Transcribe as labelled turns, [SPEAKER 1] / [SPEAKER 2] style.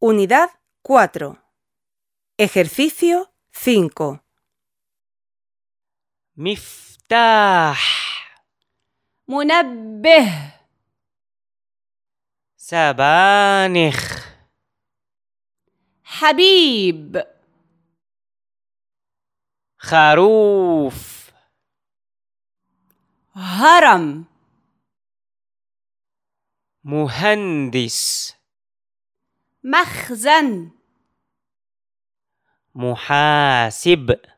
[SPEAKER 1] Unidad 4. Ejercicio 5.
[SPEAKER 2] مفتاح
[SPEAKER 3] منبه
[SPEAKER 2] سبانخ
[SPEAKER 3] حبيب
[SPEAKER 2] خروف
[SPEAKER 3] هرم
[SPEAKER 2] مهندس
[SPEAKER 3] مخزن
[SPEAKER 2] محاسب